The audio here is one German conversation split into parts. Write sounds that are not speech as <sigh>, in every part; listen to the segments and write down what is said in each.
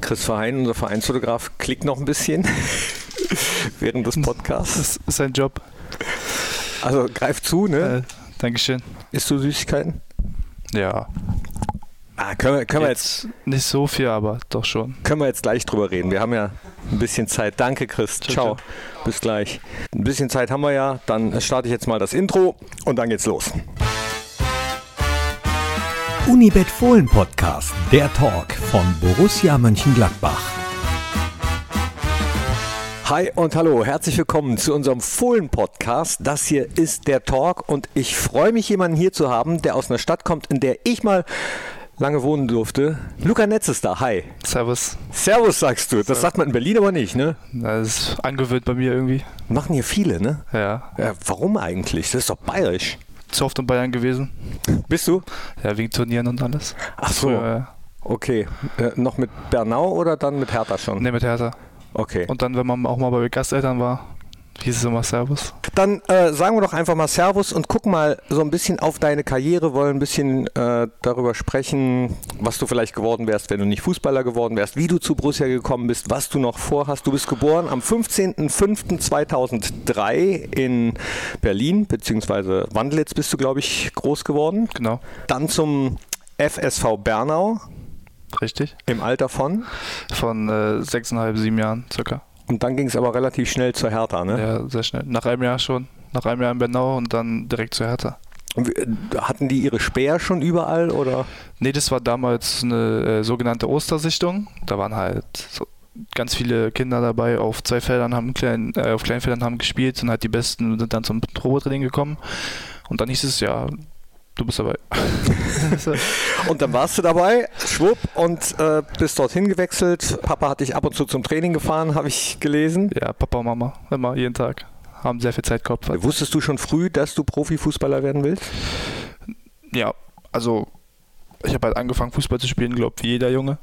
Chris Verheyen, unser Vereinsfotograf, klickt noch ein bisschen <laughs> während des Podcasts. Das ist sein Job. Also greif zu, ne? Äh, Dankeschön. Isst du Süßigkeiten? Ja. Ah, können, wir, können, wir jetzt, Nicht so viel, aber doch schon. können wir jetzt gleich drüber reden. Wir haben ja ein bisschen Zeit. Danke, Chris. Ciao. Ciao, Bis gleich. Ein bisschen Zeit haben wir ja. Dann starte ich jetzt mal das Intro und dann geht's los. Unibet Fohlen Podcast, der Talk von Borussia Mönchengladbach. Hi und hallo, herzlich willkommen zu unserem Fohlen-Podcast. Das hier ist der Talk und ich freue mich, jemanden hier zu haben, der aus einer Stadt kommt, in der ich mal lange wohnen durfte. Luca Netz ist da, hi. Servus. Servus sagst du, das sagt man in Berlin aber nicht, ne? Das ist angewöhnt bei mir irgendwie. Machen hier viele, ne? Ja. Ja, warum eigentlich? Das ist doch bayerisch. Zu oft in Bayern gewesen. Bist du? Ja, wegen Turnieren und alles. Ach so. Früher, Okay, äh, noch mit Bernau oder dann mit Hertha äh, schon? nee, mit Hertha. Okay. Und dann, wenn man auch mal bei Gasteltern war, hieß es immer Servus. Dann äh, sagen wir doch einfach mal Servus und guck mal so ein bisschen auf deine Karriere, wollen ein bisschen äh, darüber sprechen, was du vielleicht geworden wärst, wenn du nicht Fußballer geworden wärst, wie du zu Borussia gekommen bist, was du noch vorhast. Du bist geboren am 15.05.2003 in Berlin, beziehungsweise Wandelitz bist du, glaube ich, groß geworden. Genau. Dann zum FSV Bernau Richtig. im Alter von. Von äh, sechseinhalb, sieben Jahren circa. Und dann ging es aber relativ schnell zur Hertha, ne? Ja, sehr schnell. Nach einem Jahr schon. Nach einem Jahr in Bernau und dann direkt zu Hertha. W- Hatten die ihre Speer schon überall oder? Nee, das war damals eine äh, sogenannte Ostersichtung. Da waren halt so ganz viele Kinder dabei auf zwei Feldern, haben klein, äh, auf kleinen Feldern haben gespielt und halt die Besten sind dann zum Probetraining gekommen. Und dann hieß es ja, du bist dabei. <laughs> Und dann warst du dabei, schwupp, und äh, bist dorthin gewechselt. Papa hat dich ab und zu zum Training gefahren, habe ich gelesen. ja, Papa und Mama, immer, jeden Tag. Haben sehr viel Zeit geopfert. Wusstest du schon früh, dass du Profifußballer werden willst? Ja, also ich habe halt angefangen Fußball zu spielen, glaube wie jeder Junge.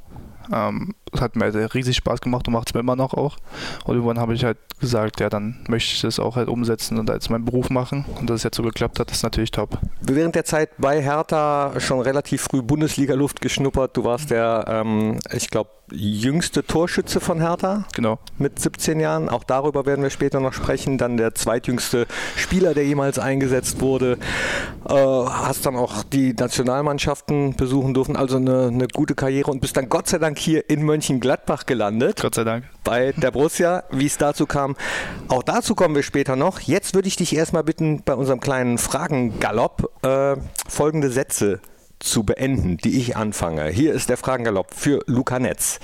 Ähm, es hat mir halt riesig Spaß gemacht und macht es mir immer noch auch. Und irgendwann habe ich halt gesagt, ja, dann möchte ich das auch halt umsetzen und als meinen Beruf machen. Und dass es jetzt so geklappt hat, ist natürlich top. Während der Zeit bei Hertha schon relativ früh Bundesliga-Luft geschnuppert. Du warst der, ähm, ich glaube, jüngste Torschütze von Hertha Genau. mit 17 Jahren. Auch darüber werden wir später noch sprechen. Dann der zweitjüngste Spieler, der jemals eingesetzt wurde. Äh, hast dann auch die Nationalmannschaften besuchen dürfen. Also eine, eine gute Karriere und bist dann Gott sei Dank hier in Mönchengladbach gelandet Gott sei Dank. bei der Borussia, wie es dazu kam. Auch dazu kommen wir später noch. Jetzt würde ich dich erstmal bitten, bei unserem kleinen Fragengalopp äh, folgende Sätze zu beenden, die ich anfange. Hier ist der Fragengalopp für Luca Netz.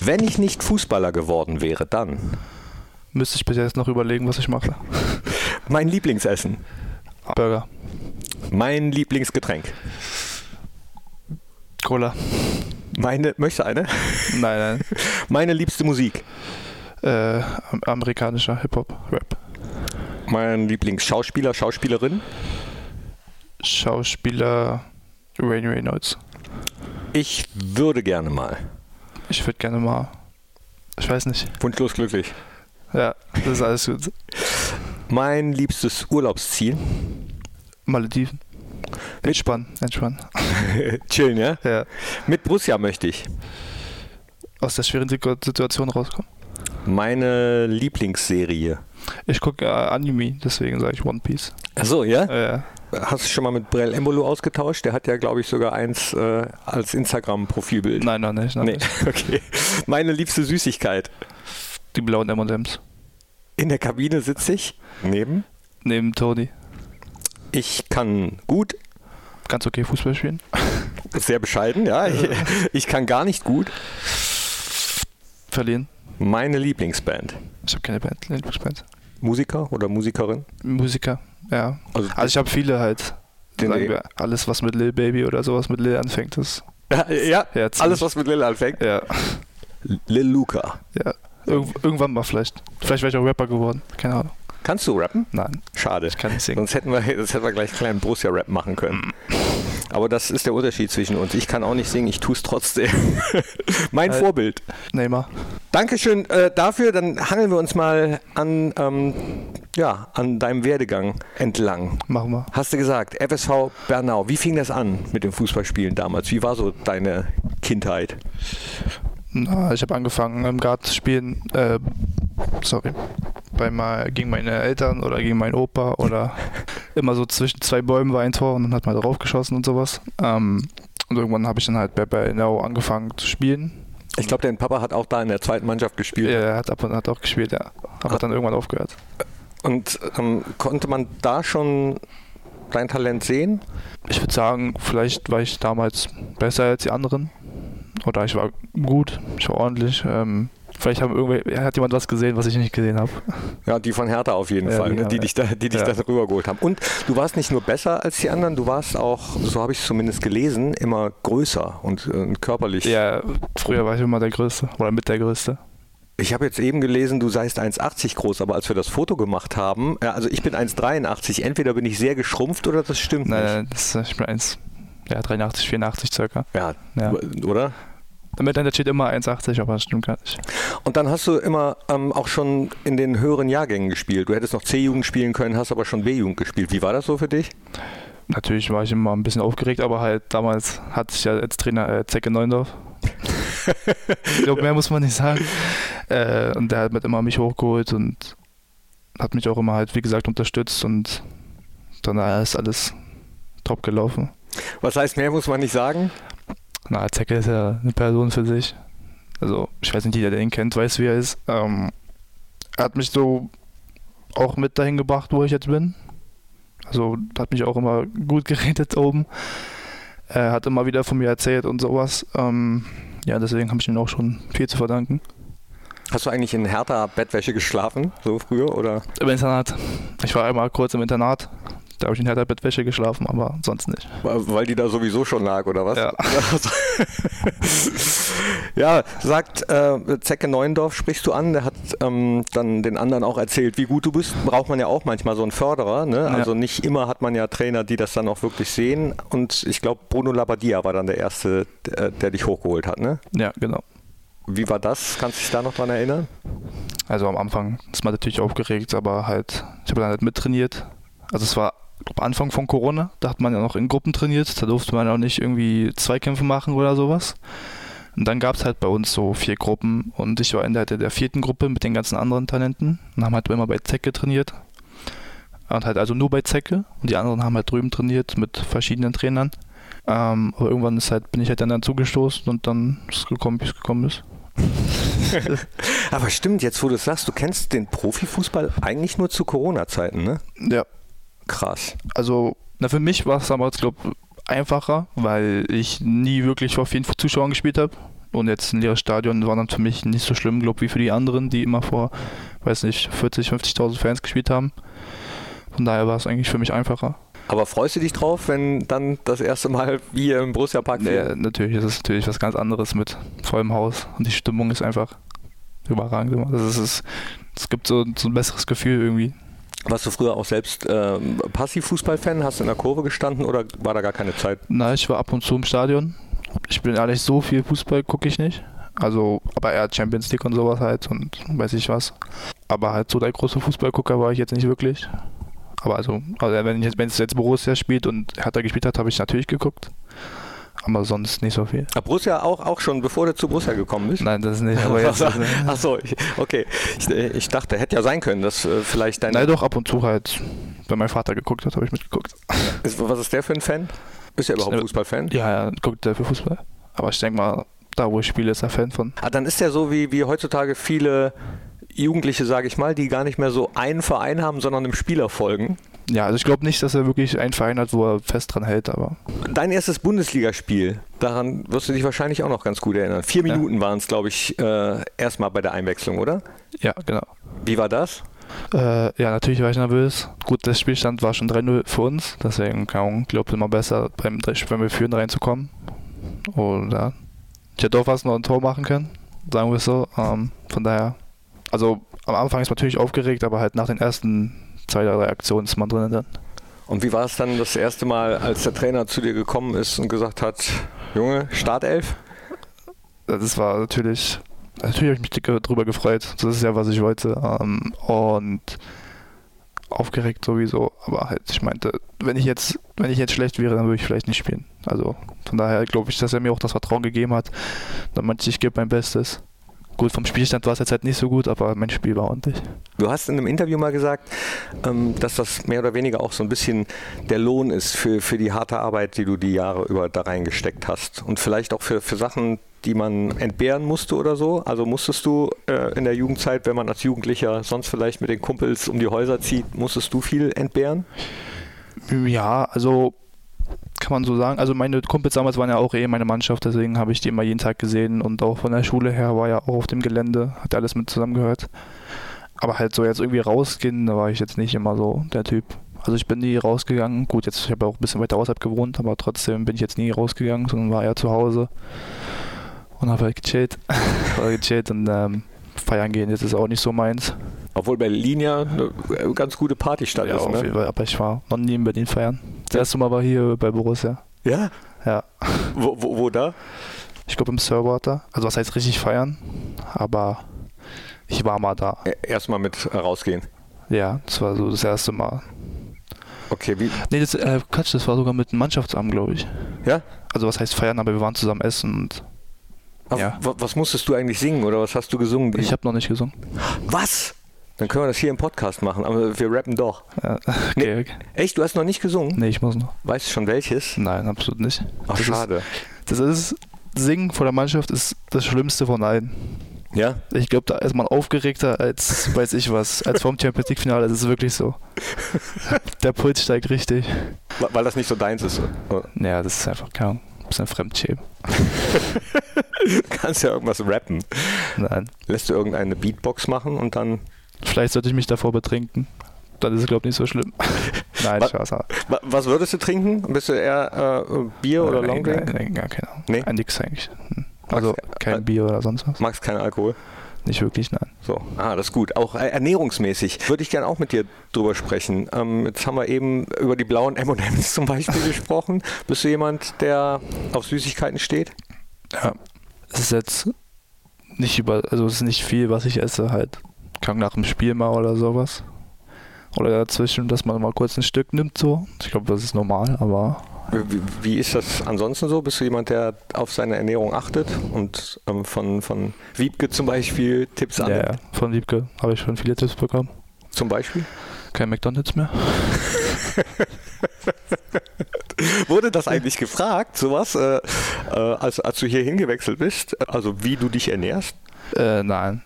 Wenn ich nicht Fußballer geworden wäre, dann Müsste ich bis jetzt noch überlegen, was ich mache. mein Lieblingsessen, Burger, mein Lieblingsgetränk, Cola. meine, möchte eine? Nein, nein. Meine liebste Musik, äh, am- amerikanischer Hip-Hop, Rap. mein Lieblingsschauspieler, Schauspielerin, Schauspieler Rain Reynolds. ich würde gerne mal. Ich würde gerne mal. Ich weiß nicht. Wunschlos glücklich. Ja, das ist alles gut. Mein liebstes Urlaubsziel, Malediven. Entspannen, entspannen. chillen, ja? Ja. Mit Borussia möchte ich. Äh, Aus der schweren Situ- Situation rauskommen. Meine Lieblingsserie. Ich gucke äh, Anime, deswegen sage ich One Piece. Achso, ja? Äh, Hast du schon mal mit Brell Embolo ausgetauscht? Der hat ja, glaube ich, sogar eins äh, als Instagram-Profilbild. nein, nein, nicht. Nein, Nee, nicht. <laughs> okay. Meine liebste Süßigkeit. Die blauen M&M's. In der Kabine sitze ich. Neben. Neben Tony. Ich kann gut, Ganz okay Fußball spielen. sehr bescheiden, ja. Ich, ich kann gar nicht gut. Verlieren. Meine Lieblingsband. Ich habe keine Band, Lieblingsband. Musiker oder Musikerin? Musiker, ja. Also- Also, ich habe viele halt. Den- Sagen wir, alles, was mit Lil Baby oder sowas mit Lil anfängt, ist. Ja, <laughs> ja Ja, alles, ziemlich. was mit Lil anfängt. Ja, Lil Luca. ja. Irgendw- irgendwann mal vielleicht. Vielleicht wäre ich auch Rapper geworden. Keine Ahnung. Kannst du rappen? Nein, Schade. ich kann nicht singen. Sonst hätten wir, sonst hätten wir gleich einen kleinen Borussia-Rap machen können. Aber das ist der Unterschied zwischen uns. Ich kann auch nicht singen, ich tue es trotzdem. <laughs> mein Äh. Vorbild. Neymar. Dankeschön äh, dafür. Dann hangeln wir uns mal an ähm, ja, an deinem Werdegang entlang. Machen wir. Hast du gesagt, FSV Bernau, wie fing das an mit dem Fußballspielen damals? Wie war so deine Kindheit? Na, Ah, ich habe angefangen im Garten zu spielen. Äh, sorry. Bei mal, gegen meine Eltern oder gegen meinen Opa oder immer so zwischen zwei Bäumen war ein Tor und dann hat man drauf geschossen und sowas. Ähm, und irgendwann habe ich dann halt bei Bernau angefangen zu spielen. Ich glaube, dein Papa hat auch da in der zweiten Mannschaft gespielt. Er hat ab und hat auch gespielt, ja. Aber hat dann irgendwann aufgehört. Und ähm, konnte man da schon dein Talent sehen? Ich würde sagen, vielleicht war ich damals besser als die anderen. Oder ich war gut, ich war ordentlich. Ähm, vielleicht haben irgendwel- hat jemand was gesehen, was ich nicht gesehen habe. Ja, die von Hertha auf jeden Ja, Fall, die ne? die haben- dich, da, die dich ja. dann rübergeholt haben. Und du warst nicht nur besser als die anderen, du warst auch, so habe ich es zumindest gelesen, immer größer und äh, körperlich. Ja, früher war ich immer der Größte oder mit der Größte. Ich habe jetzt eben gelesen, du seist 1,80 groß, aber als wir das Foto gemacht haben, ja, also ich bin 1,83, entweder bin ich sehr geschrumpft oder das stimmt Nein, nicht. nein, das ist, ich bin eins. Ja, 83, 84 circa. Ja, Ja. oder? Damit dann steht immer 1,80, aber das stimmt gar nicht. Und dann hast du immer ähm, auch schon in den höheren Jahrgängen gespielt. Du hättest noch C-Jugend spielen können, hast aber schon B-Jugend gespielt. Wie war das so für dich? Natürlich war ich immer ein bisschen aufgeregt, aber halt damals hatte ich ja als Trainer äh, Zecke Neundorf. ich glaube, mehr muss man nicht sagen. Äh, und der hat mit immer mich hochgeholt und hat mich auch immer halt, wie gesagt, unterstützt und dann äh, ist alles top gelaufen. Was heißt, mehr muss man nicht sagen? Na, Zecke ist ja eine Person für sich. Also, ich weiß nicht, jeder, der ihn kennt, weiß, wie er ist. Ähm, er hat mich so auch mit dahin gebracht, wo ich jetzt bin. Also, hat mich auch immer gut <laughs> geredet oben. Er hat immer wieder von mir erzählt und sowas. Ähm, ja, deswegen habe ich ihm auch schon viel zu verdanken. Hast du eigentlich in Hertha Bettwäsche geschlafen, so früher? Oder? Im Internat. Ich war einmal kurz im Internat. Da habe ich in Hertha Bettwäsche geschlafen, aber sonst nicht. Weil die da sowieso schon lag, oder was? Ja. <laughs> ja, sagt äh, Zecke Neuendorf, sprichst du an, der hat ähm, dann den anderen auch erzählt, wie gut du bist. Braucht man ja auch manchmal so einen Förderer. Ne? Also nicht immer hat man ja Trainer, die das dann auch wirklich sehen. Und ich glaube, Bruno Labbadia war dann der Erste, der, der dich hochgeholt hat. Ne? Ja, genau. Wie war das? Kannst du dich da noch dran erinnern? Also am Anfang ist man natürlich aufgeregt, aber halt, ich habe dann halt mittrainiert. Also es war glaub, Anfang von Corona, da hat man ja noch in Gruppen trainiert, da durfte man auch nicht irgendwie Zweikämpfe machen oder sowas. Und dann gab es halt bei uns so vier Gruppen und ich war in der, der vierten Gruppe mit den ganzen anderen Talenten und haben halt immer bei Zecke trainiert. Und halt also nur bei Zecke und die anderen haben halt drüben trainiert mit verschiedenen Trainern. Ähm, aber irgendwann ist halt, bin ich halt dann dazugestoßen und dann ist es gekommen, wie es gekommen ist. Aber stimmt, jetzt wo du es sagst, du kennst den Profifußball eigentlich nur zu Corona-Zeiten. Ne? Ja, Krass. also na, für mich war es damals, glaube einfacher, weil ich nie wirklich vor vielen Zuschauern gespielt habe. Und jetzt ein leeres Stadion war dann für mich nicht so schlimm, glaube wie für die anderen, die immer vor, weiß nicht, 40, 50.000 Fans gespielt haben. Von daher war es eigentlich für mich einfacher. Aber freust du dich drauf, wenn dann das erste Mal hier im Borussia Park Äh, natürlich ist es natürlich was ganz anderes mit vollem Haus und die Stimmung ist einfach überragend. immer. Das ist, es- es gibt so, so ein besseres Gefühl irgendwie. Warst du früher auch selbst ähm, Passivfußballfan? Hast du in der Kurve gestanden oder war da gar keine Zeit? Na, ich war ab und zu im Stadion. Ich bin ehrlich, so viel Fußball gucke ich nicht. Also, aber eher Champions League und sowas halt und weiß ich was. Aber halt so der große Fußballgucker war ich jetzt nicht wirklich. Aber also, also wenn ich jetzt- wenn es jetzt Borussia spielt und Hertha gespielt hat, habe ich natürlich geguckt. Aber sonst nicht so viel. Ah, Borussia auch, auch schon, bevor du zu Borussia gekommen <laughs> bist? Nein, das nicht. Aber <laughs> jetzt, Ach so, ich- okay. Ich, ich dachte, hätte ja sein können, dass äh, vielleicht dein... nein, doch ab und zu halt. Wenn mein Vater geguckt hat, habe ich mitgeguckt. Ist, was ist der für ein Fan? Ist er überhaupt Äh, Fußballfan? Ja, ja, guckt er für Fußball. Aber ich denke mal, da wo ich spiele, ist er Fan von. Ah, dann ist er so wie, wie heutzutage viele Jugendliche, sage ich mal, die gar nicht mehr so einen Verein haben, sondern einem Spieler folgen. Ja, also ich glaube nicht, dass er wirklich einen Verein hat, wo er fest dran hält, aber Dein erstes Bundesligaspiel, daran wirst du dich wahrscheinlich auch noch ganz gut erinnern. Vier Ja. Minuten waren es, glaube ich, äh, erstmal bei der Einwechslung, oder? ja, genau. Wie war das? Äh, ja, natürlich war ich nervös. Gut, der Spielstand war schon 3-0 für uns, deswegen kann glaubt immer besser, beim, wenn wir führen reinzukommen. Oder ich hätte auch fast noch ein Tor machen können, sagen wir es so. Ähm, von daher, also am Anfang ist man natürlich aufgeregt, aber halt nach den ersten zwei, drei Aktionen ist man drin dann. Und wie war es dann das erste Mal, als der Trainer zu dir gekommen ist und gesagt hat, Junge, Startelf? das war natürlich, natürlich habe ich mich dick- drüber gefreut. Das ist ja, was ich wollte. Ähm, und aufgeregt sowieso, aber halt, ich meinte, wenn ich jetzt, wenn ich jetzt schlecht wäre, dann würde ich vielleicht nicht spielen. Also von daher glaube ich, dass er mir auch das Vertrauen gegeben hat. Dann meinte ich, ich gebe mein Bestes. Gut, vom Spielstand war es jetzt halt nicht so gut, aber mein Spiel war ordentlich. Du hast in einem Interview mal gesagt, ähm, dass das mehr oder weniger auch so ein bisschen der Lohn ist für, für die harte Arbeit, die du die Jahre über da reingesteckt hast. Und vielleicht auch für, für Sachen, die man entbehren musste oder so. Also musstest du äh, in der Jugendzeit, wenn man als Jugendlicher sonst vielleicht mit den Kumpels um die Häuser zieht, musstest du viel entbehren? Ja, also kann man so sagen. Also meine Kumpels damals waren ja auch eh meine Mannschaft, deswegen habe ich die immer jeden Tag gesehen und auch von der Schule her war ja auch auf dem Gelände, hat alles mit zusammengehört. Aber halt so jetzt irgendwie rausgehen, da war ich jetzt nicht immer so der Typ. Also ich bin nie rausgegangen. Gut, jetzt ich habe auch ein bisschen weiter außerhalb gewohnt, aber trotzdem bin ich jetzt nie rausgegangen, sondern war eher zu Hause und habe halt gechillt. <laughs> War gechillt und ähm, feiern gehen, das ist auch nicht so meins. Obwohl Berlin ja eine äh, ganz gute Partystadt Ja, ist, auf jeden ne? Fall, aber ich war noch nie in Berlin feiern. Das erste Mal war hier bei Borussia. Ja, Ja. wo, wo, wo da? Ich glaube im Surfwater. Also was heißt richtig feiern? Aber ich war mal da. E- Erstmal mit äh, rausgehen. Ja, das war so das erste Mal. Okay, wie? Nee, das, äh, Quatsch, das war sogar mit einem Mannschaftsabend, glaube ich. Ja? Also was heißt feiern, aber wir waren zusammen essen und Aber Ja. wa- Was musstest du eigentlich singen oder was hast du gesungen? ich habe noch nicht gesungen. was? Dann können wir das hier im Podcast machen, aber wir rappen doch. Äh, Nee. okay, okay. Echt, du hast noch nicht gesungen? Nee, ich muss noch. Weißt du schon welches? Nein, absolut nicht. Ach, das schade. Ist, das ist, Singen vor der Mannschaft ist das Schlimmste von allen. Ja? Ich glaube, da ist man aufgeregter als, weiß ich was, als vom Champions League-Finale. Das ist wirklich <laughs> so. Der Puls steigt richtig. Wa- Weil das nicht so deins ist. Oder? Ja, das ist einfach, keine Ahnung, ein bisschen Fremdschämen. Du kannst ja irgendwas rappen. Nein. Lässt du irgendeine Beatbox machen und dann. Vielleicht sollte ich mich davor betrinken. Dann ist es, glaube ich, nicht <laughs> so schlimm. nein, Was- Spaß. Wa- Was würdest du trinken? Bist du eher äh, Bier oder nein, Long Drink? Nein, nein, gar keine Ahnung. Nee? Äh, Nix eigentlich. Hm. Also kein äh, Bier oder sonst was. Magst keinen Alkohol? Nicht wirklich, nein. So, ah, das ist gut. Auch äh, ernährungsmäßig würde ich gerne auch mit dir drüber sprechen. Ähm, jetzt haben wir eben über die blauen M&M's <laughs> zum Beispiel gesprochen. Bist du jemand, der auf Süßigkeiten steht? Ja. Es ist jetzt nicht über, also es ist nicht viel, was ich esse halt. Kann nach dem Spiel mal oder sowas. Oder dazwischen, dass man mal kurz ein Stück nimmt so. Ich glaube, das ist normal, aber Wie, wie ist das ansonsten so? Bist du jemand, der auf seine Ernährung achtet und ähm, von, von Wiebke zum Beispiel Tipps ja, an? ja. von Wiebke habe ich schon viele Tipps bekommen. Zum Beispiel? Kein McDonalds mehr. Wurde das eigentlich gefragt, sowas, äh, äh, als, als du hier hingewechselt bist? Also wie du dich ernährst? Äh, nein.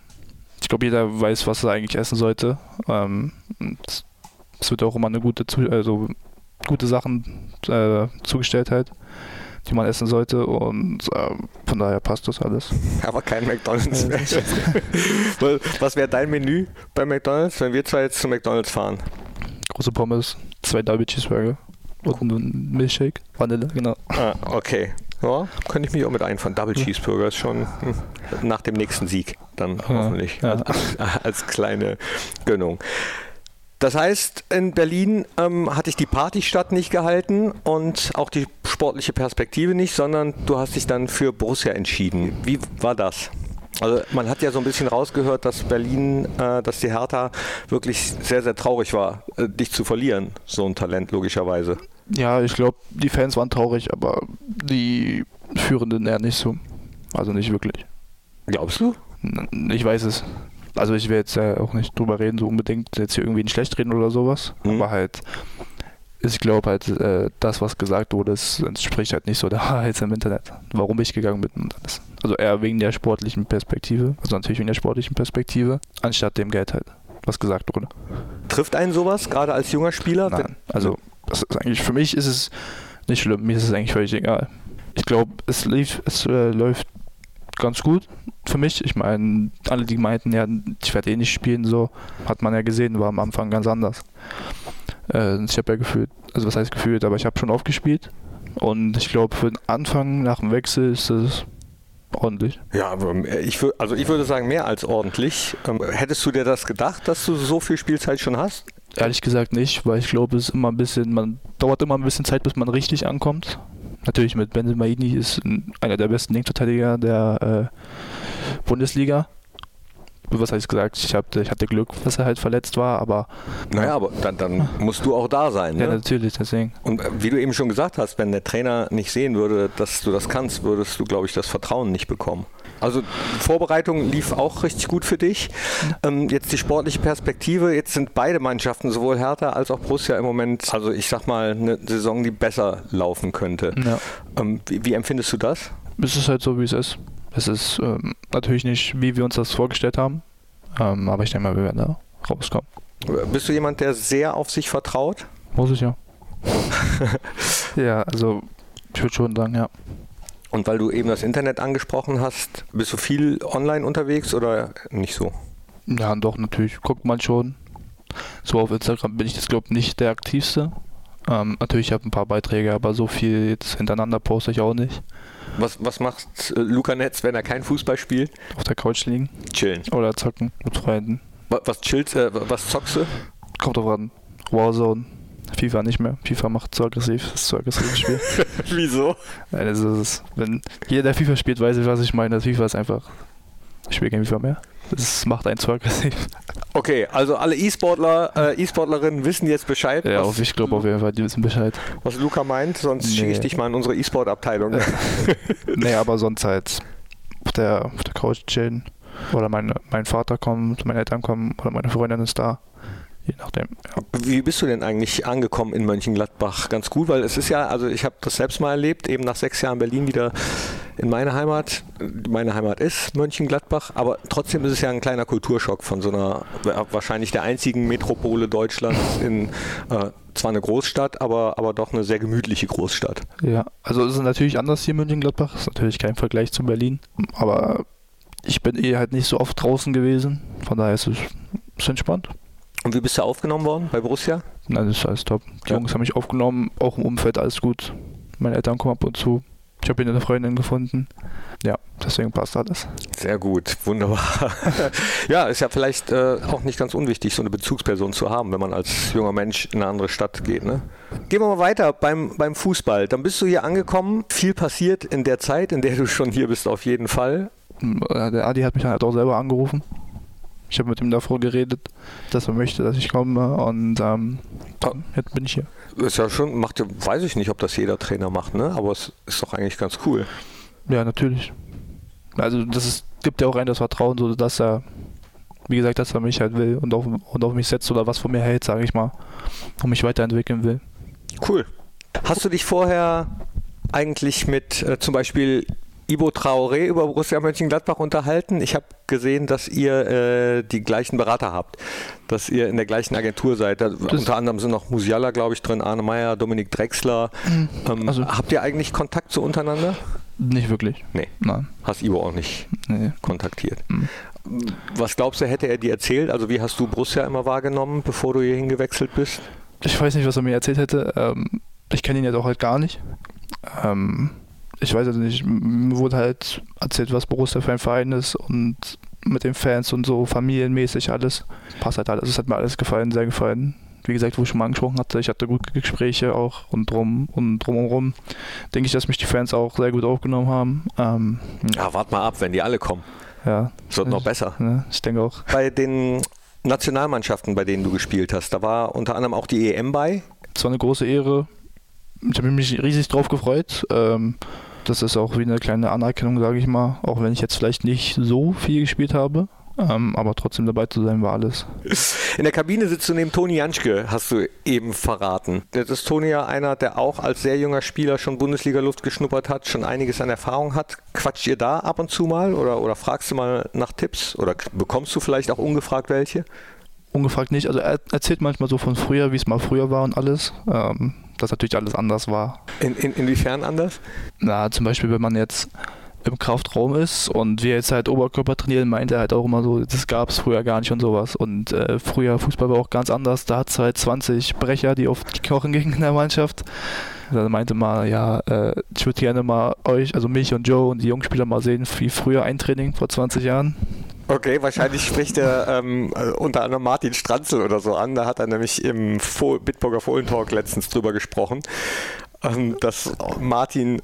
Ich glaube, jeder weiß, was er eigentlich essen sollte. Ähm, und es wird auch immer eine gute, Zu also gute Sachen äh, zugestellt halt, die man essen sollte. Und ähm, von daher passt das alles. Aber kein McDonalds <laughs> mehr. Weil, Was wäre dein Menü bei McDonalds, wenn wir zwei jetzt zu McDonalds fahren? Große Pommes, zwei Double Cheeseburger und ein Milchshake, Vanille, genau. Ah, okay. Ja, könnte ich mich auch mit einfahren. Double Cheeseburger ist schon hm, nach dem nächsten Sieg dann hoffentlich ja. Als, <laughs> als kleine Gönnung. Das heißt, in Berlin ähm, hatte ich die Partystadt nicht gehalten und auch die sportliche Perspektive nicht, sondern du hast dich dann für Borussia entschieden. Wie war das? Also man hat ja so ein bisschen rausgehört, dass Berlin, äh, dass die Hertha wirklich sehr, sehr traurig war, äh, dich zu verlieren, so ein Talent logischerweise. Ja, ich glaube, die Fans waren traurig, aber die Führenden eher nicht so. Also nicht wirklich. Glaubst du? N- Ich weiß es. Also ich will jetzt ja auch nicht drüber reden, so unbedingt jetzt hier irgendwie nicht schlecht reden oder sowas. Mhm. Aber halt, ich glaube halt, äh, das, was gesagt wurde, es entspricht halt nicht so der <laughs> Wahrheit im Internet. Warum ich gegangen bin und alles. Also eher wegen der sportlichen Perspektive, also natürlich wegen der sportlichen Perspektive, anstatt dem Geld halt, was gesagt wurde. Trifft einen sowas, gerade als junger Spieler? Nein. Also das ist eigentlich, für mich ist es nicht schlimm, mir ist es eigentlich völlig egal. Ich glaube, es lief, es äh, läuft ganz gut für mich. Ich meine, alle, die meinten, ja, ich werde eh nicht spielen, so, hat man ja gesehen, war am Anfang ganz anders. Äh, ich habe ja gefühlt, also was heißt gefühlt, aber ich habe schon aufgespielt. Und ich glaube, für den Anfang nach dem Wechsel ist es ordentlich. Ja, aber ich, wür- also ich würde sagen, mehr als ordentlich. Ähm, hättest du dir das gedacht, dass du so viel Spielzeit schon hast? Ehrlich gesagt nicht, weil ich glaube, es ist immer ein bisschen, man dauert immer ein bisschen Zeit, bis man richtig ankommt. Natürlich mit Benzemaini ist ein- einer der besten Linksverteidiger der äh, Bundesliga. was habe ich gesagt? Ich hatte, ich hatte Glück, dass er halt verletzt war, aber Naja, aber dann, dann musst du auch da sein. ja, Ne? natürlich, deswegen. Und äh, wie du eben schon gesagt hast, wenn der Trainer nicht sehen würde, dass du das kannst, würdest du, glaube ich, das Vertrauen nicht bekommen. Also Vorbereitung lief auch richtig gut für dich. Ähm, jetzt die sportliche Perspektive. Jetzt sind beide Mannschaften, sowohl Hertha als auch Borussia im Moment, also ich sag mal, eine Saison, die besser laufen könnte. Ja. Ähm, wie, wie empfindest du das? Es ist halt so, wie es ist. Es ist ähm, natürlich nicht, wie wir uns das vorgestellt haben, ähm, aber ich denke mal, wir werden da rauskommen. Bist du jemand, der sehr auf sich vertraut? Muss ich <laughs> ja. ja, also ich würde schon sagen, ja. Und weil du eben das Internet angesprochen hast, bist du viel online unterwegs oder nicht so? Ja, doch, natürlich guckt man schon. So auf Instagram bin ich jetzt, glaube ich, nicht der aktivste. Ähm, natürlich habe ich ein paar Beiträge, aber so viel jetzt hintereinander poste ich auch nicht. Was, was macht äh, Luca Netz, wenn er kein Fußball spielt? Auf der Couch liegen Chillen. oder zocken mit Freunden. Wa- Was chillst, äh, wa- was zockst <laughs> du? Kommt drauf an. Warzone. FIFA nicht mehr. FIFA macht zu aggressiv. Das ist zu aggressiv das Spiel. Wieso? Nein, das ist es. Wenn jeder, der FIFA spielt, weiß, was ich meine. Das FIFA ist einfach. Ich spiele kein FIFA mehr. Das macht einen zu aggressiv. Okay, also alle E-Sportler, äh, E-Sportlerinnen wissen jetzt Bescheid, Ja, auf, was, ich glaube auf jeden Fall, die wissen Bescheid. was Luca meint, sonst schicke ich Nee. dich mal in unsere E-Sport-Abteilung. Nee, aber sonst halt auf der, auf der Couch chillen. Oder mein, mein Vater kommt, meine Eltern kommen oder meine Freundin ist da. Je nachdem. Ja. Wie bist du denn eigentlich angekommen in Mönchengladbach? Ganz gut, weil es ist ja, also ich habe das selbst mal erlebt, eben nach sechs Jahren Berlin wieder in meine Heimat. Meine Heimat ist Mönchengladbach, aber trotzdem ist es ja ein kleiner Kulturschock von so einer äh, wahrscheinlich der einzigen Metropole Deutschlands in äh, zwar eine Großstadt, aber, aber doch eine sehr gemütliche Großstadt. ja, also es ist natürlich anders hier in München-Gladbach. Ist natürlich kein Vergleich zu Berlin. Aber ich bin eh halt nicht so oft draußen gewesen. Von daher ist es ist entspannt. Und wie bist du aufgenommen worden bei Borussia? Nein, das ist alles top. Die Ja. Jungs haben mich aufgenommen, auch im Umfeld alles gut. Meine Eltern kommen ab und zu. Ich habe hier eine Freundin gefunden. Ja, deswegen passt alles. Sehr gut, wunderbar. <laughs> ja, ist ja vielleicht äh, auch nicht ganz unwichtig, so eine Bezugsperson zu haben, wenn man als junger Mensch in eine andere Stadt geht. Ne? Gehen wir mal weiter beim, beim Fußball. Dann bist du hier angekommen. Viel passiert in der Zeit, in der du schon hier bist, auf jeden Fall. Äh, Der Adi hat mich dann halt auch selber angerufen. Ich habe mit ihm davor geredet, dass er möchte, dass ich komme und ähm, dann, jetzt bin ich hier. Ist ja schon, macht, ja- weiß ich nicht, ob das jeder Trainer macht, ne? aber es ist doch eigentlich ganz cool. Ja, natürlich. Also das ist, gibt ja auch rein das Vertrauen, so dass er, wie gesagt, dass er mich halt will und auf, und auf mich setzt oder was von mir hält, sage ich mal, und mich weiterentwickeln will. Cool. Hast du dich vorher eigentlich mit äh, zum Beispiel Ibo Traoré über Borussia Mönchengladbach unterhalten? Ich habe gesehen, dass ihr äh, die gleichen Berater habt, dass ihr in der gleichen Agentur seid. Da, unter anderem sind noch Musiala, glaube ich, drin, Arne Meyer, Dominik Drexler. Ähm, also- habt ihr eigentlich Kontakt so untereinander? Nicht wirklich. Nee, Nein. hast Ibo auch nicht Nee. kontaktiert. Was glaubst du, hätte er dir erzählt? Also wie hast du Borussia immer wahrgenommen, bevor du hierhin gewechselt bist? ich weiß nicht, was er mir erzählt hätte. Ähm, ich kenne ihn jetzt auch halt gar nicht. Ähm, ich weiß also nicht, M- mir wurde halt erzählt, was Borussia für ein Verein ist und mit den Fans und so, familienmäßig alles. Passt halt alles, es hat mir alles gefallen, sehr gefallen. Wie gesagt, wo ich schon mal angesprochen hatte, ich hatte gute Gespräche auch und drum und drum und rum. Denke ich, dass mich die Fans auch sehr gut aufgenommen haben. Ähm, Ja, wart mal ab, wenn die alle kommen. ja, Wird noch besser. ne, ich denke auch. bei den Nationalmannschaften, bei denen du gespielt hast. Da war unter anderem auch die EM bei. Es war eine große Ehre. Ich habe mich riesig drauf gefreut. Ähm, das ist auch wie eine kleine Anerkennung, sage ich mal. Auch wenn ich jetzt vielleicht nicht so viel gespielt habe. Ähm, aber trotzdem dabei zu sein war alles. In der Kabine sitzt du neben Toni Janschke, hast du eben verraten. Jetzt ist Toni ja einer, der auch als sehr junger Spieler schon Bundesliga-Luft geschnuppert hat, schon einiges an Erfahrung hat. Quatscht ihr da ab und zu mal oder, oder fragst du mal nach Tipps oder k- bekommst du vielleicht auch ungefragt welche? Ungefragt nicht. Also er erzählt manchmal so von früher, wie es mal früher war und alles. Ähm, dass natürlich alles anders war. In, in, inwiefern anders? Na, zum Beispiel, wenn man jetzt im Kraftraum ist und wir jetzt halt Oberkörper trainieren, meint er halt auch immer so, das gab es früher gar nicht und sowas. Und äh, früher Fußball war auch ganz anders, da hat es halt 20 Brecher, die auf die Knochen gingen in der Mannschaft. Dann meinte mal, ja, äh, ich würde gerne mal euch, also mich und Joe und die Jungspieler mal sehen, wie früher ein Training vor 20 Jahren. Okay, wahrscheinlich spricht er ähm, äh, unter anderem Martin Stranzel oder so an. Da hat er nämlich im Fo Bitburger Fohlentalk letztens drüber gesprochen, ähm, dass Martin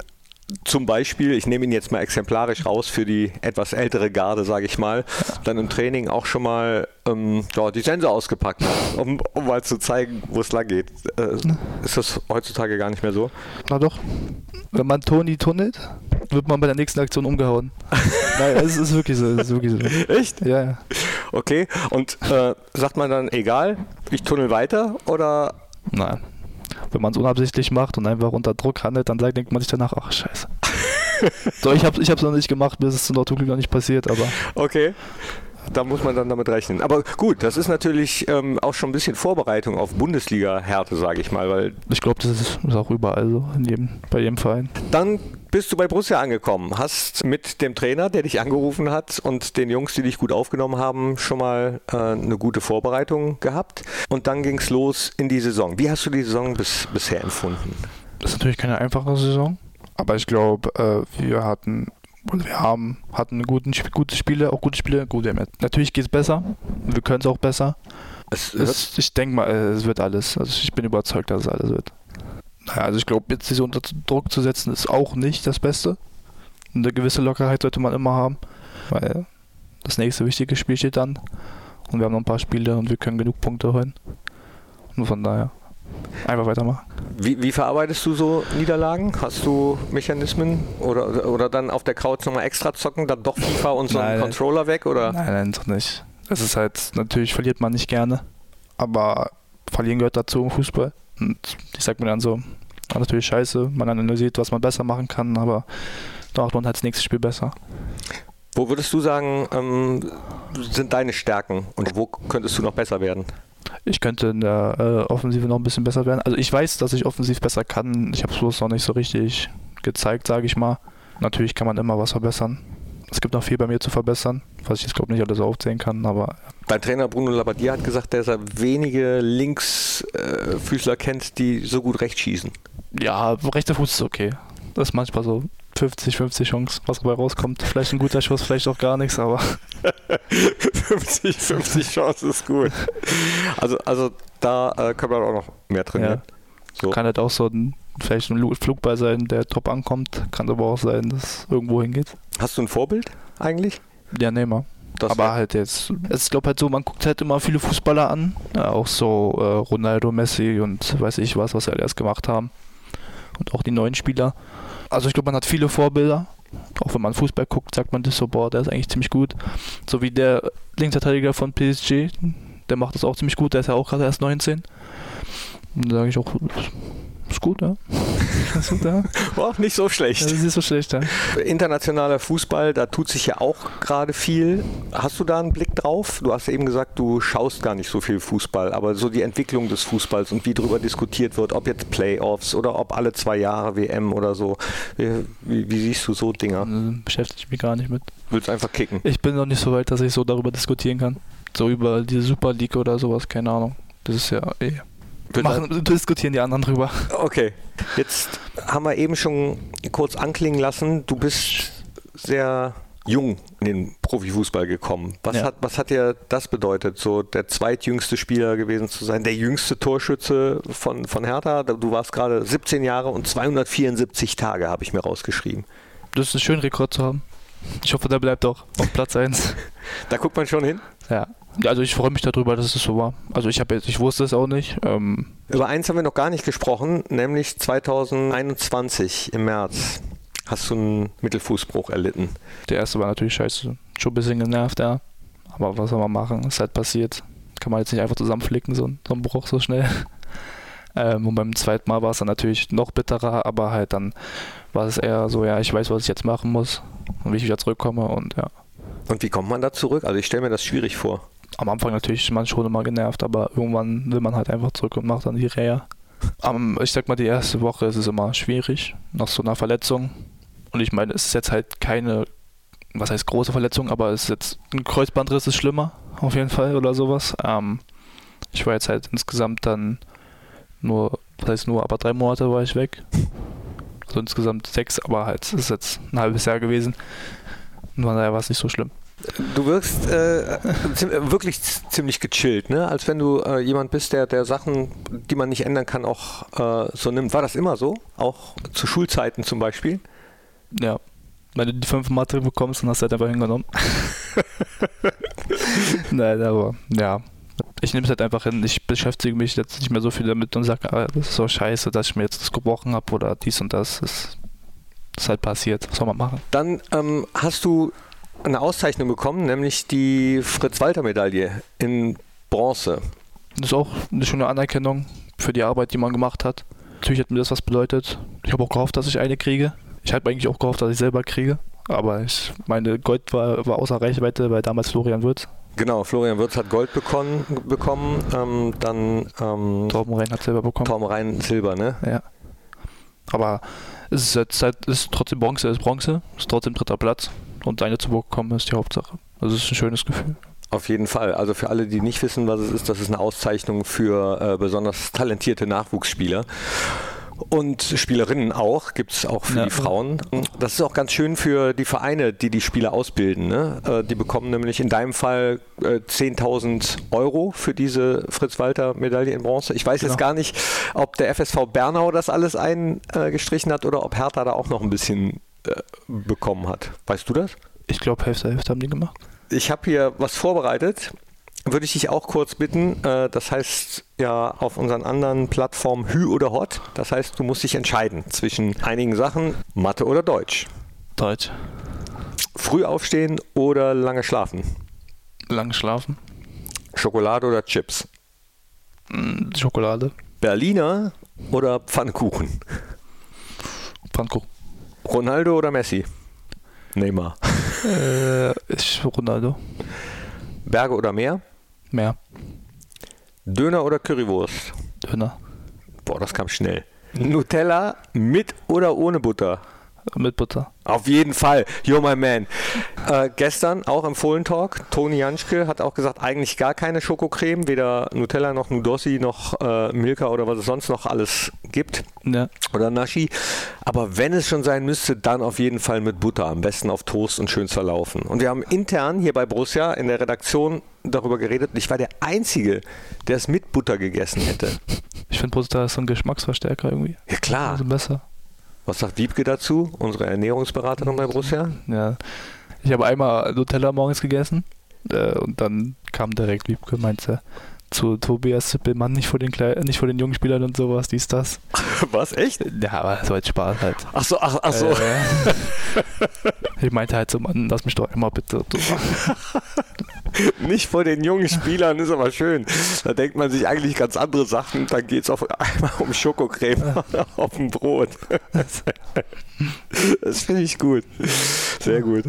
zum Beispiel, ich nehme ihn jetzt mal exemplarisch raus für die etwas ältere Garde, sage ich mal, dann im Training auch schon mal ähm, ja, die Sense ausgepackt hat, um, um mal zu zeigen, wo es lang geht. Äh, ist das heutzutage gar nicht mehr so? Na doch. Wenn man Toni tunnelt, wird man bei der nächsten Aktion umgehauen. <laughs> Nein, es ist wirklich so. Es ist wirklich so. Echt? Ja, ja. Okay. Und äh, sagt man dann, egal, ich tunnel weiter oder Nein. Wenn man es unabsichtlich macht und einfach unter Druck handelt, dann sagt- denkt man sich danach, ach <laughs> scheiße. so, ich hab's, ich hab's noch nicht gemacht, mir ist es in der Tuchel noch nicht passiert, aber Okay. Da muss man dann damit rechnen. Aber gut, das ist natürlich ähm, auch schon ein bisschen Vorbereitung auf Bundesliga-Härte, sage ich mal, weil ich glaube, das ist, ist auch überall so, in jedem, bei jedem Verein. dann bist du bei Borussia angekommen, hast mit dem Trainer, der dich angerufen hat und den Jungs, die dich gut aufgenommen haben, schon mal äh, eine gute Vorbereitung gehabt. Und dann ging es los in die Saison. Wie hast du die Saison bis, bisher empfunden? Das ist natürlich keine einfache Saison, aber ich glaube, äh, wir hatten, oder wir haben, hatten guten, Sp- gute Spiele, auch gute Spiele. Gut, wir haben, jetzt- natürlich geht's besser, wir können es auch besser. Es, Es, ich denke mal, äh, es wird alles. Also ich bin überzeugt, dass es alles wird. Naja, also ich glaube, jetzt diese unter Druck zu setzen, ist auch nicht das Beste. Eine gewisse Lockerheit sollte man immer haben, weil das nächste wichtige Spiel steht an. Und wir haben noch ein paar Spiele und wir können genug Punkte holen. Und von daher, einfach weitermachen. wie, wie verarbeitest du so Niederlagen? Hast du Mechanismen? Oder, oder dann auf der Couch nochmal extra zocken, dann doch FIFA und so einen Nein. Controller weg? Oder? Nein, nein, doch nicht. Es ist halt, natürlich verliert man nicht gerne, aber verlieren gehört dazu im Fußball. Und ich sag mir dann so, ah, natürlich scheiße, man analysiert, was man besser machen kann, aber dann macht man halt das nächste Spiel besser. Wo würdest du sagen, ähm, sind deine Stärken und wo könntest du noch besser werden? Ich könnte in der äh, Offensive noch ein bisschen besser werden. Also ich weiß, dass ich offensiv besser kann. Ich habe es bloß noch nicht so richtig gezeigt, sage ich mal. Natürlich kann man immer was verbessern. Es gibt noch viel bei mir zu verbessern, was ich jetzt glaube nicht alles aufzählen kann, aber Dein Trainer Bruno Labbadia hat gesagt, dass er wenige Linksfüßler äh, Füßler kennt, die so gut rechts schießen. <laughs> Ja, rechter Fuß ist okay. Das ist manchmal so 50-50 Chance, was dabei rauskommt. Vielleicht ein guter Schuss, vielleicht auch gar nichts, aber 50, 50 Chance ist gut. Also, also da äh, kann man auch noch mehr <laughs> trainieren. So. kann halt auch so ein, vielleicht ein Lu- Flugball sein, der top ankommt. Kann aber auch sein, dass es irgendwo hingeht. Hast du ein Vorbild eigentlich? Ja, Neymar. Das <laughs> aber halt jetzt, es ist glaube halt so, man guckt halt immer viele Fußballer an. Ja, auch so äh, Ronaldo, Messi und weiß ich was, was sie halt erst gemacht haben. Und auch die neuen Spieler. Also ich glaube, man hat viele Vorbilder. Auch wenn man Fußball guckt, sagt man das so, boah, der ist eigentlich ziemlich gut. So wie der Linksverteidiger von PSG, der macht das auch ziemlich gut, der ist ja auch gerade erst 19. Und Da sage ich auch, ist gut, ja. <laughs> Ist gut, ja. oh, nicht so Ja, schlecht. Das ist nicht so schlecht, ja. Internationaler Fußball, da tut sich ja auch gerade viel. Hast du da einen Blick drauf? Du hast eben gesagt, du schaust gar nicht so viel Fußball, aber so die Entwicklung des Fußballs und wie darüber diskutiert wird, ob jetzt Playoffs oder ob alle zwei Jahre WM oder so. Wie, wie wie siehst du so Dinger? Also, Beschäftige ich mich gar nicht mit. Willst einfach kicken? Ich bin noch nicht so weit, dass ich so darüber diskutieren kann. So über die Super League oder sowas, keine Ahnung. Das ist ja eh. Willst Machen, diskutieren die anderen drüber. Okay, jetzt haben wir eben schon kurz anklingen lassen, du bist sehr jung in den Profifußball gekommen. Was, Ja. hat, was hat dir das bedeutet, so der zweitjüngste Spieler gewesen zu sein, der jüngste Torschütze von, von Hertha? Du warst gerade 17 Jahre und 274 Tage, habe ich mir rausgeschrieben. Das ist ein schöner Rekord zu haben. Ich hoffe, der bleibt auch auf Platz 1. Da guckt man schon hin. Ja. Ja, Also ich freue mich darüber, dass es so war. Also ich habe jetzt, ich wusste es auch nicht. Ähm, Über eins haben wir noch gar nicht gesprochen, nämlich 2021 im März hast du einen Mittelfußbruch erlitten. der erste war natürlich scheiße. Schon ein bisschen genervt, ja. Aber was soll man machen? Ist halt passiert. Kann man jetzt nicht einfach zusammenflicken, so ein, so ein Bruch so schnell. <laughs> Ähm, und beim zweiten Mal war es dann natürlich noch bitterer, aber halt dann war es eher so, ja, ich weiß, was ich jetzt machen muss und wie ich wieder zurückkomme. Und ja, Und wie kommt man da zurück? Also ich stelle mir das schwierig vor. am Anfang natürlich ist man schon immer genervt, aber irgendwann will man halt einfach zurück und macht dann die Reha. Am, ich sag mal, die erste Woche ist es immer schwierig, nach so einer Verletzung. Und ich meine, es ist jetzt halt keine, was heißt große Verletzung, aber es ist jetzt ein Kreuzbandriss ist schlimmer, auf jeden Fall, oder sowas. Ähm, ich war jetzt halt insgesamt dann nur, was heißt nur, aber drei Monate war ich weg. Also insgesamt sechs, aber halt, es ist jetzt ein halbes Jahr gewesen. Und von daher war es nicht so schlimm. Du wirkst äh, ziem- äh, wirklich z- ziemlich gechillt, ne? als wenn du äh, jemand bist, der, der Sachen, die man nicht ändern kann, auch äh, so nimmt. War das immer so? Auch zu Schulzeiten zum Beispiel? Ja. Wenn du die fünf Mathe bekommst, dann hast du halt einfach hingenommen. Nein, aber ja. Ich nehme es halt einfach hin. Ich beschäftige mich jetzt nicht mehr so viel damit und sage, ah, das ist so scheiße, dass ich mir jetzt das gebrochen habe oder dies und das. Das ist halt passiert. Was soll man machen? Dann ähm, hast du eine Auszeichnung bekommen, nämlich die Fritz-Walter-Medaille in Bronze. Das ist auch eine schöne Anerkennung für die Arbeit, die man gemacht hat. Natürlich hat mir das was bedeutet. Ich habe auch gehofft, dass ich eine kriege. Ich habe eigentlich auch gehofft, dass ich selber kriege. Aber ich meine, Gold war, war außer Reichweite, weil damals Florian Wirtz, Genau, Florian Würz hat Gold bekommen, bekommen ähm, dann ähm, Torben Rein hat selber bekommen. Tom Rein Silber, ne? Ja. Aber es ist, jetzt halt, es ist trotzdem Bronze, ist Bronze, ist trotzdem dritter Platz. Und eine zu bekommen ist die Hauptsache. Also es ist ein schönes Gefühl. Auf jeden Fall. Also für alle, die nicht wissen, was es ist, das ist eine Auszeichnung für äh, besonders talentierte Nachwuchsspieler. Und Spielerinnen auch, gibt es auch für Ja. die Frauen. Das ist auch ganz schön für die Vereine, die die Spieler ausbilden. Ne? Äh, die bekommen nämlich in deinem Fall äh, 10.000 Euro für diese Fritz-Walter-Medaille in Bronze. Ich weiß jetzt Genau. gar nicht, ob der FSV Bernau das alles eingestrichen hat oder ob Hertha da auch noch ein bisschen äh, bekommen hat. Weißt du das? Ich glaube, Hälfte, Hälfte haben die gemacht. ich habe hier was vorbereitet. Würde ich dich auch kurz bitten, äh, das heißt ja auf unseren anderen Plattformen Hü oder Hot. Das heißt, du musst dich entscheiden zwischen einigen Sachen, Mathe oder Deutsch. Deutsch. Früh aufstehen oder lange schlafen. Lang schlafen. Schokolade oder Chips. Mm, Schokolade. Berliner oder Pfannkuchen. Pfannkuchen. Ronaldo oder Messi. Neymar. Äh, ich, Ronaldo. Berge oder Meer. Mehr. Döner oder Currywurst. Döner. Boah, das kam schnell. Nutella mit oder ohne Butter. Mit Butter. Auf jeden Fall, you're my man. Äh, gestern auch im Fohlentalk, Toni Janschke hat auch gesagt, eigentlich gar keine Schokocreme, weder Nutella noch Nudossi noch äh, Milka oder was es sonst noch alles gibt Ja. oder Nashi. Aber wenn es schon sein müsste, dann auf jeden Fall mit Butter, am besten auf Toast und schön zerlaufen. Und wir haben intern hier bei Borussia in der Redaktion darüber geredet und ich war der Einzige, der es mit Butter gegessen hätte. Ich finde Butter ist so ein Geschmacksverstärker irgendwie. Ja klar. Also besser. Was sagt Wiebke dazu, unsere Ernährungsberaterin bei Borussia? Ja. Ich habe einmal Nutella morgens gegessen äh, und dann kam direkt Wiebke meinte zu Tobias Zippelmann, nicht vor den Kle nicht vor den jungen Spielern und sowas, dies, das. Was, echt? Ja, aber so als Spaß halt. Ach so, ach, ach so. Äh, <laughs> ich meinte halt so, Mann, lass mich doch einmal bitte. Du. Nicht vor den jungen Spielern, ist aber schön. Da denkt man sich eigentlich ganz andere Sachen. Dann geht es auf einmal um Schokocreme <laughs> auf dem Brot. Das finde ich gut. Sehr gut.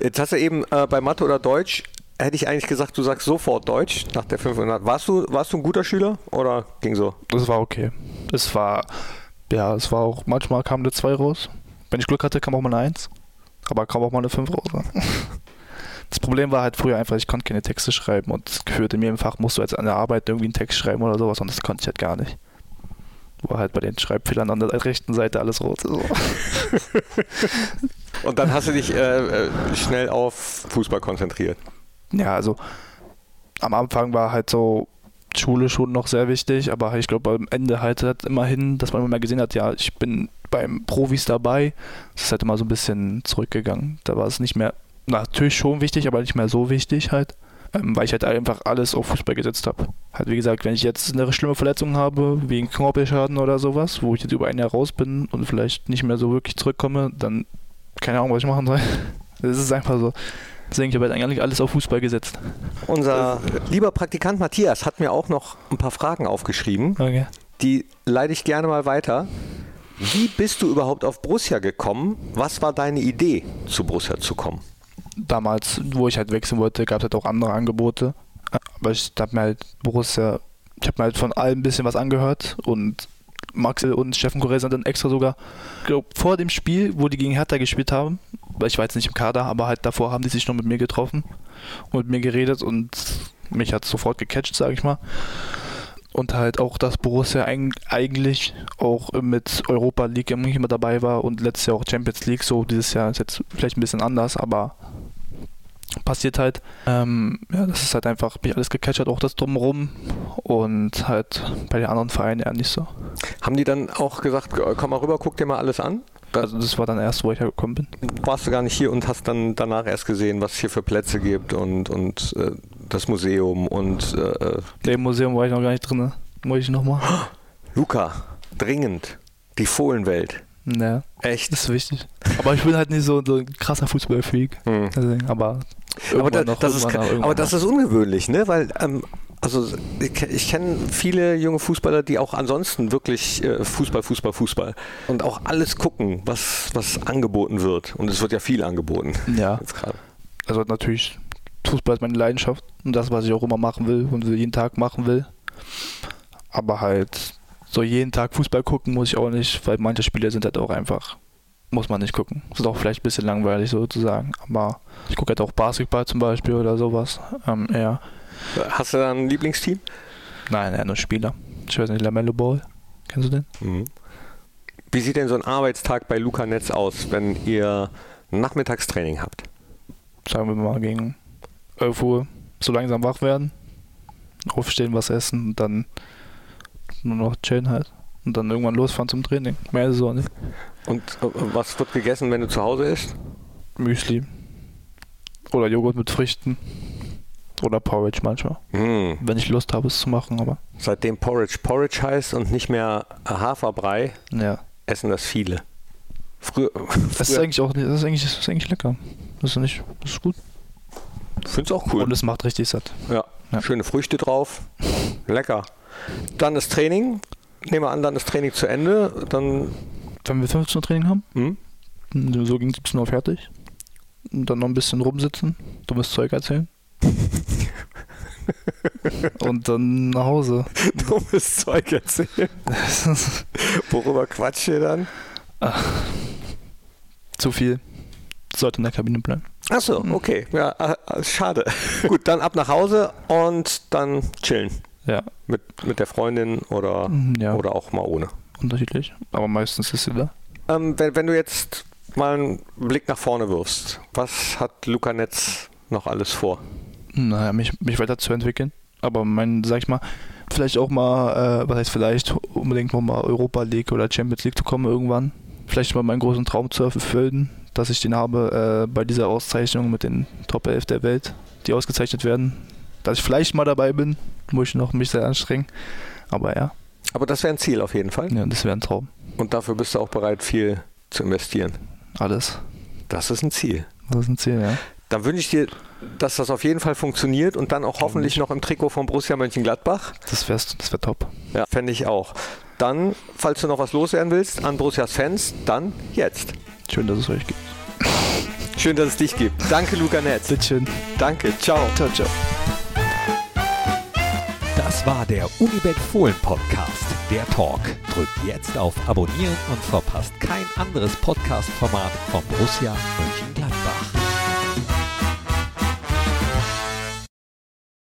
Jetzt hast du eben äh, bei Mathe oder Deutsch, hätte ich eigentlich gesagt, du sagst sofort Deutsch nach der 500. Warst du, warst du ein guter Schüler oder ging so? Das war okay. Es war, ja, es war auch, manchmal kam eine 2 raus. Wenn ich Glück hatte, kam auch mal eine 1. Aber kam auch mal eine 5 raus. <laughs> ne? Das Problem war halt früher einfach, ich konnte keine Texte schreiben und das Gefühl in jedem Fach musst du jetzt an der Arbeit irgendwie einen Text schreiben oder sowas und das konnte ich halt gar nicht. War halt bei den Schreibfehlern an der rechten Seite alles rot. So. Und dann hast du dich äh, äh, schnell auf Fußball konzentriert. Ja, also am Anfang war halt so Schule schon noch sehr wichtig, aber ich glaube am Ende halt hat immerhin, dass man immer mehr gesehen hat, ja, ich bin beim Profis dabei. Das ist halt immer so ein bisschen zurückgegangen. Da war es nicht mehr, natürlich schon wichtig, aber nicht mehr so wichtig halt, ähm, weil ich halt einfach alles auf Fußball gesetzt habe. Halt wie gesagt, wenn ich jetzt eine schlimme Verletzung habe, wie einen Knorpelschaden oder sowas, wo ich jetzt über ein Jahr raus bin und vielleicht nicht mehr so wirklich zurückkomme, dann keine Ahnung, was ich machen soll. <laughs> Das ist einfach so. Deswegen, ich habe halt eigentlich alles auf Fußball gesetzt. Unser lieber Praktikant Matthias hat mir auch noch ein paar Fragen aufgeschrieben. Okay. die leite ich gerne mal weiter. Wie bist du überhaupt auf Borussia gekommen? Was war deine Idee, zu Borussia zu kommen? Damals, wo ich halt wechseln wollte, gab es halt auch andere Angebote. Aber ich habe mir halt Borussia, ich habe mir halt von allem ein bisschen was angehört und Maxel und Steffen Korell sind dann extra sogar, ich glaub, vor dem Spiel, wo die gegen Hertha gespielt haben, weil ich war jetzt nicht im Kader, aber halt davor haben die sich noch mit mir getroffen und mit mir geredet und mich hat sofort gecatcht, sage ich mal. Und halt auch, dass Borussia eig- eigentlich auch mit Europa League immer dabei war und letztes Jahr auch Champions League, so dieses Jahr ist jetzt vielleicht ein bisschen anders, aber passiert halt. Ähm, ja, das ist halt einfach, mich alles gecatcht hat, auch das Drumherum und halt bei den anderen Vereinen eher nicht so. Haben die dann auch gesagt, komm mal rüber, guck dir mal alles an? Also das war dann erst, wo ich hergekommen bin. warst du gar nicht hier und hast dann danach erst gesehen, was es hier für Plätze gibt und, und äh, das Museum und äh, Nee, Im Museum war ich noch gar nicht drin. Ne? Muss ich nochmal? Luca, dringend, die Fohlenwelt. Ja, Echt. das ist wichtig. Aber ich bin halt nicht so, so ein krasser Fußballfreak. Hm. Deswegen, aber Aber, irgendwann da, noch, das ist, irgendwann noch, ke- irgendwann aber das ist ungewöhnlich, ne? Weil, ähm, also ich, ke- ich kenne viele junge Fußballer, die auch ansonsten wirklich äh, Fußball, Fußball, Fußball und auch alles gucken, was, was angeboten wird. Und es wird ja viel angeboten. noch. Ja. Jetzt gerade. also natürlich, Fußball ist meine Leidenschaft und das, was ich auch immer machen will und jeden Tag machen will. Aber halt, so jeden Tag Fußball gucken muss ich auch nicht, weil manche Spieler sind halt auch einfach, muss man nicht gucken. Ist auch vielleicht ein bisschen langweilig sozusagen, aber ich gucke halt auch Basketball zum Beispiel oder sowas. Ähm, eher. Hast du da ein Lieblingsteam? Nein, eher nur Spieler. Ich weiß nicht, Lamello Ball. Kennst du den? Wie sieht denn so ein Arbeitstag bei Luca Netz aus, wenn ihr Nachmittagstraining habt? Sagen wir mal gegen 11 Uhr so langsam wach werden, aufstehen, was essen und dann nur noch chillen halt. Und dann irgendwann losfahren zum Training. Mehr ist es auch nicht. Und äh, was wird gegessen, wenn du zu Hause isst? Müsli. Oder Joghurt mit Früchten. Oder Porridge manchmal. Hm. Wenn ich Lust habe, es zu machen, aber. Seitdem Porridge Porridge heißt und nicht mehr Haferbrei, Ja. essen das viele. <laughs> Früher, Das ist eigentlich auch nicht, das ist eigentlich, das ist eigentlich lecker. Das ist nicht. Das ist gut. Find's auch cool. Und es macht richtig satt. ja. Ja. Schöne Früchte drauf. Lecker. Dann ist Training. Nehmen wir an, dann ist Training zu Ende. Dann. Wenn wir 15 Uhr Training haben, Hm? <laughs> so gegen 17 Uhr fertig. Und dann noch ein bisschen rumsitzen, dummes Zeug erzählen. Und dann nach Hause. <laughs> Dummes Zeug erzählen. Worüber quatscht ihr dann? Zu viel. Sollte in der Kabine bleiben. Achso, Hm. okay. Ja, ah, ah, schade. <laughs> Gut, dann ab nach Hause und dann chillen. Ja, Mit, mit der Freundin oder, Mhm, ja. oder auch mal ohne. unterschiedlich. Aber meistens ist sie da. Ähm, wenn, wenn du jetzt mal einen Blick nach vorne wirfst, was hat Luca Netz noch alles vor? naja, mich, mich weiterzuentwickeln. Aber mein, sag ich mal, vielleicht auch mal, äh, was heißt vielleicht, unbedingt noch mal Europa League oder Champions League zu kommen irgendwann. Vielleicht mal meinen großen Traum zu erfüllen, dass ich den habe äh, bei dieser Auszeichnung mit den Top 11 der Welt, die ausgezeichnet werden. Dass ich vielleicht mal dabei bin, muss ich noch mich sehr anstrengen. Aber ja, Aber das wäre ein Ziel auf jeden Fall. ja das wäre ein Traum. Und dafür bist du auch bereit, viel zu investieren. Alles. Das ist ein Ziel. Das ist ein Ziel, ja. Dann wünsche ich dir, dass das auf jeden Fall funktioniert und dann auch hoffentlich noch im Trikot von Borussia Mönchengladbach. Das wär's, das wäre top. Ja, fände ich auch. Dann, falls du noch was loswerden willst an Borussias Fans, dann jetzt. Schön, dass es euch gibt. Schön, dass es dich gibt. Danke, Luca Netz. Bitteschön. Danke, ciao. Ciao, ciao. Das war der Unibet Fohlen Podcast, der Talk. Drückt jetzt auf Abonnieren und verpasst kein anderes Podcast-Format von Borussia Mönchengladbach.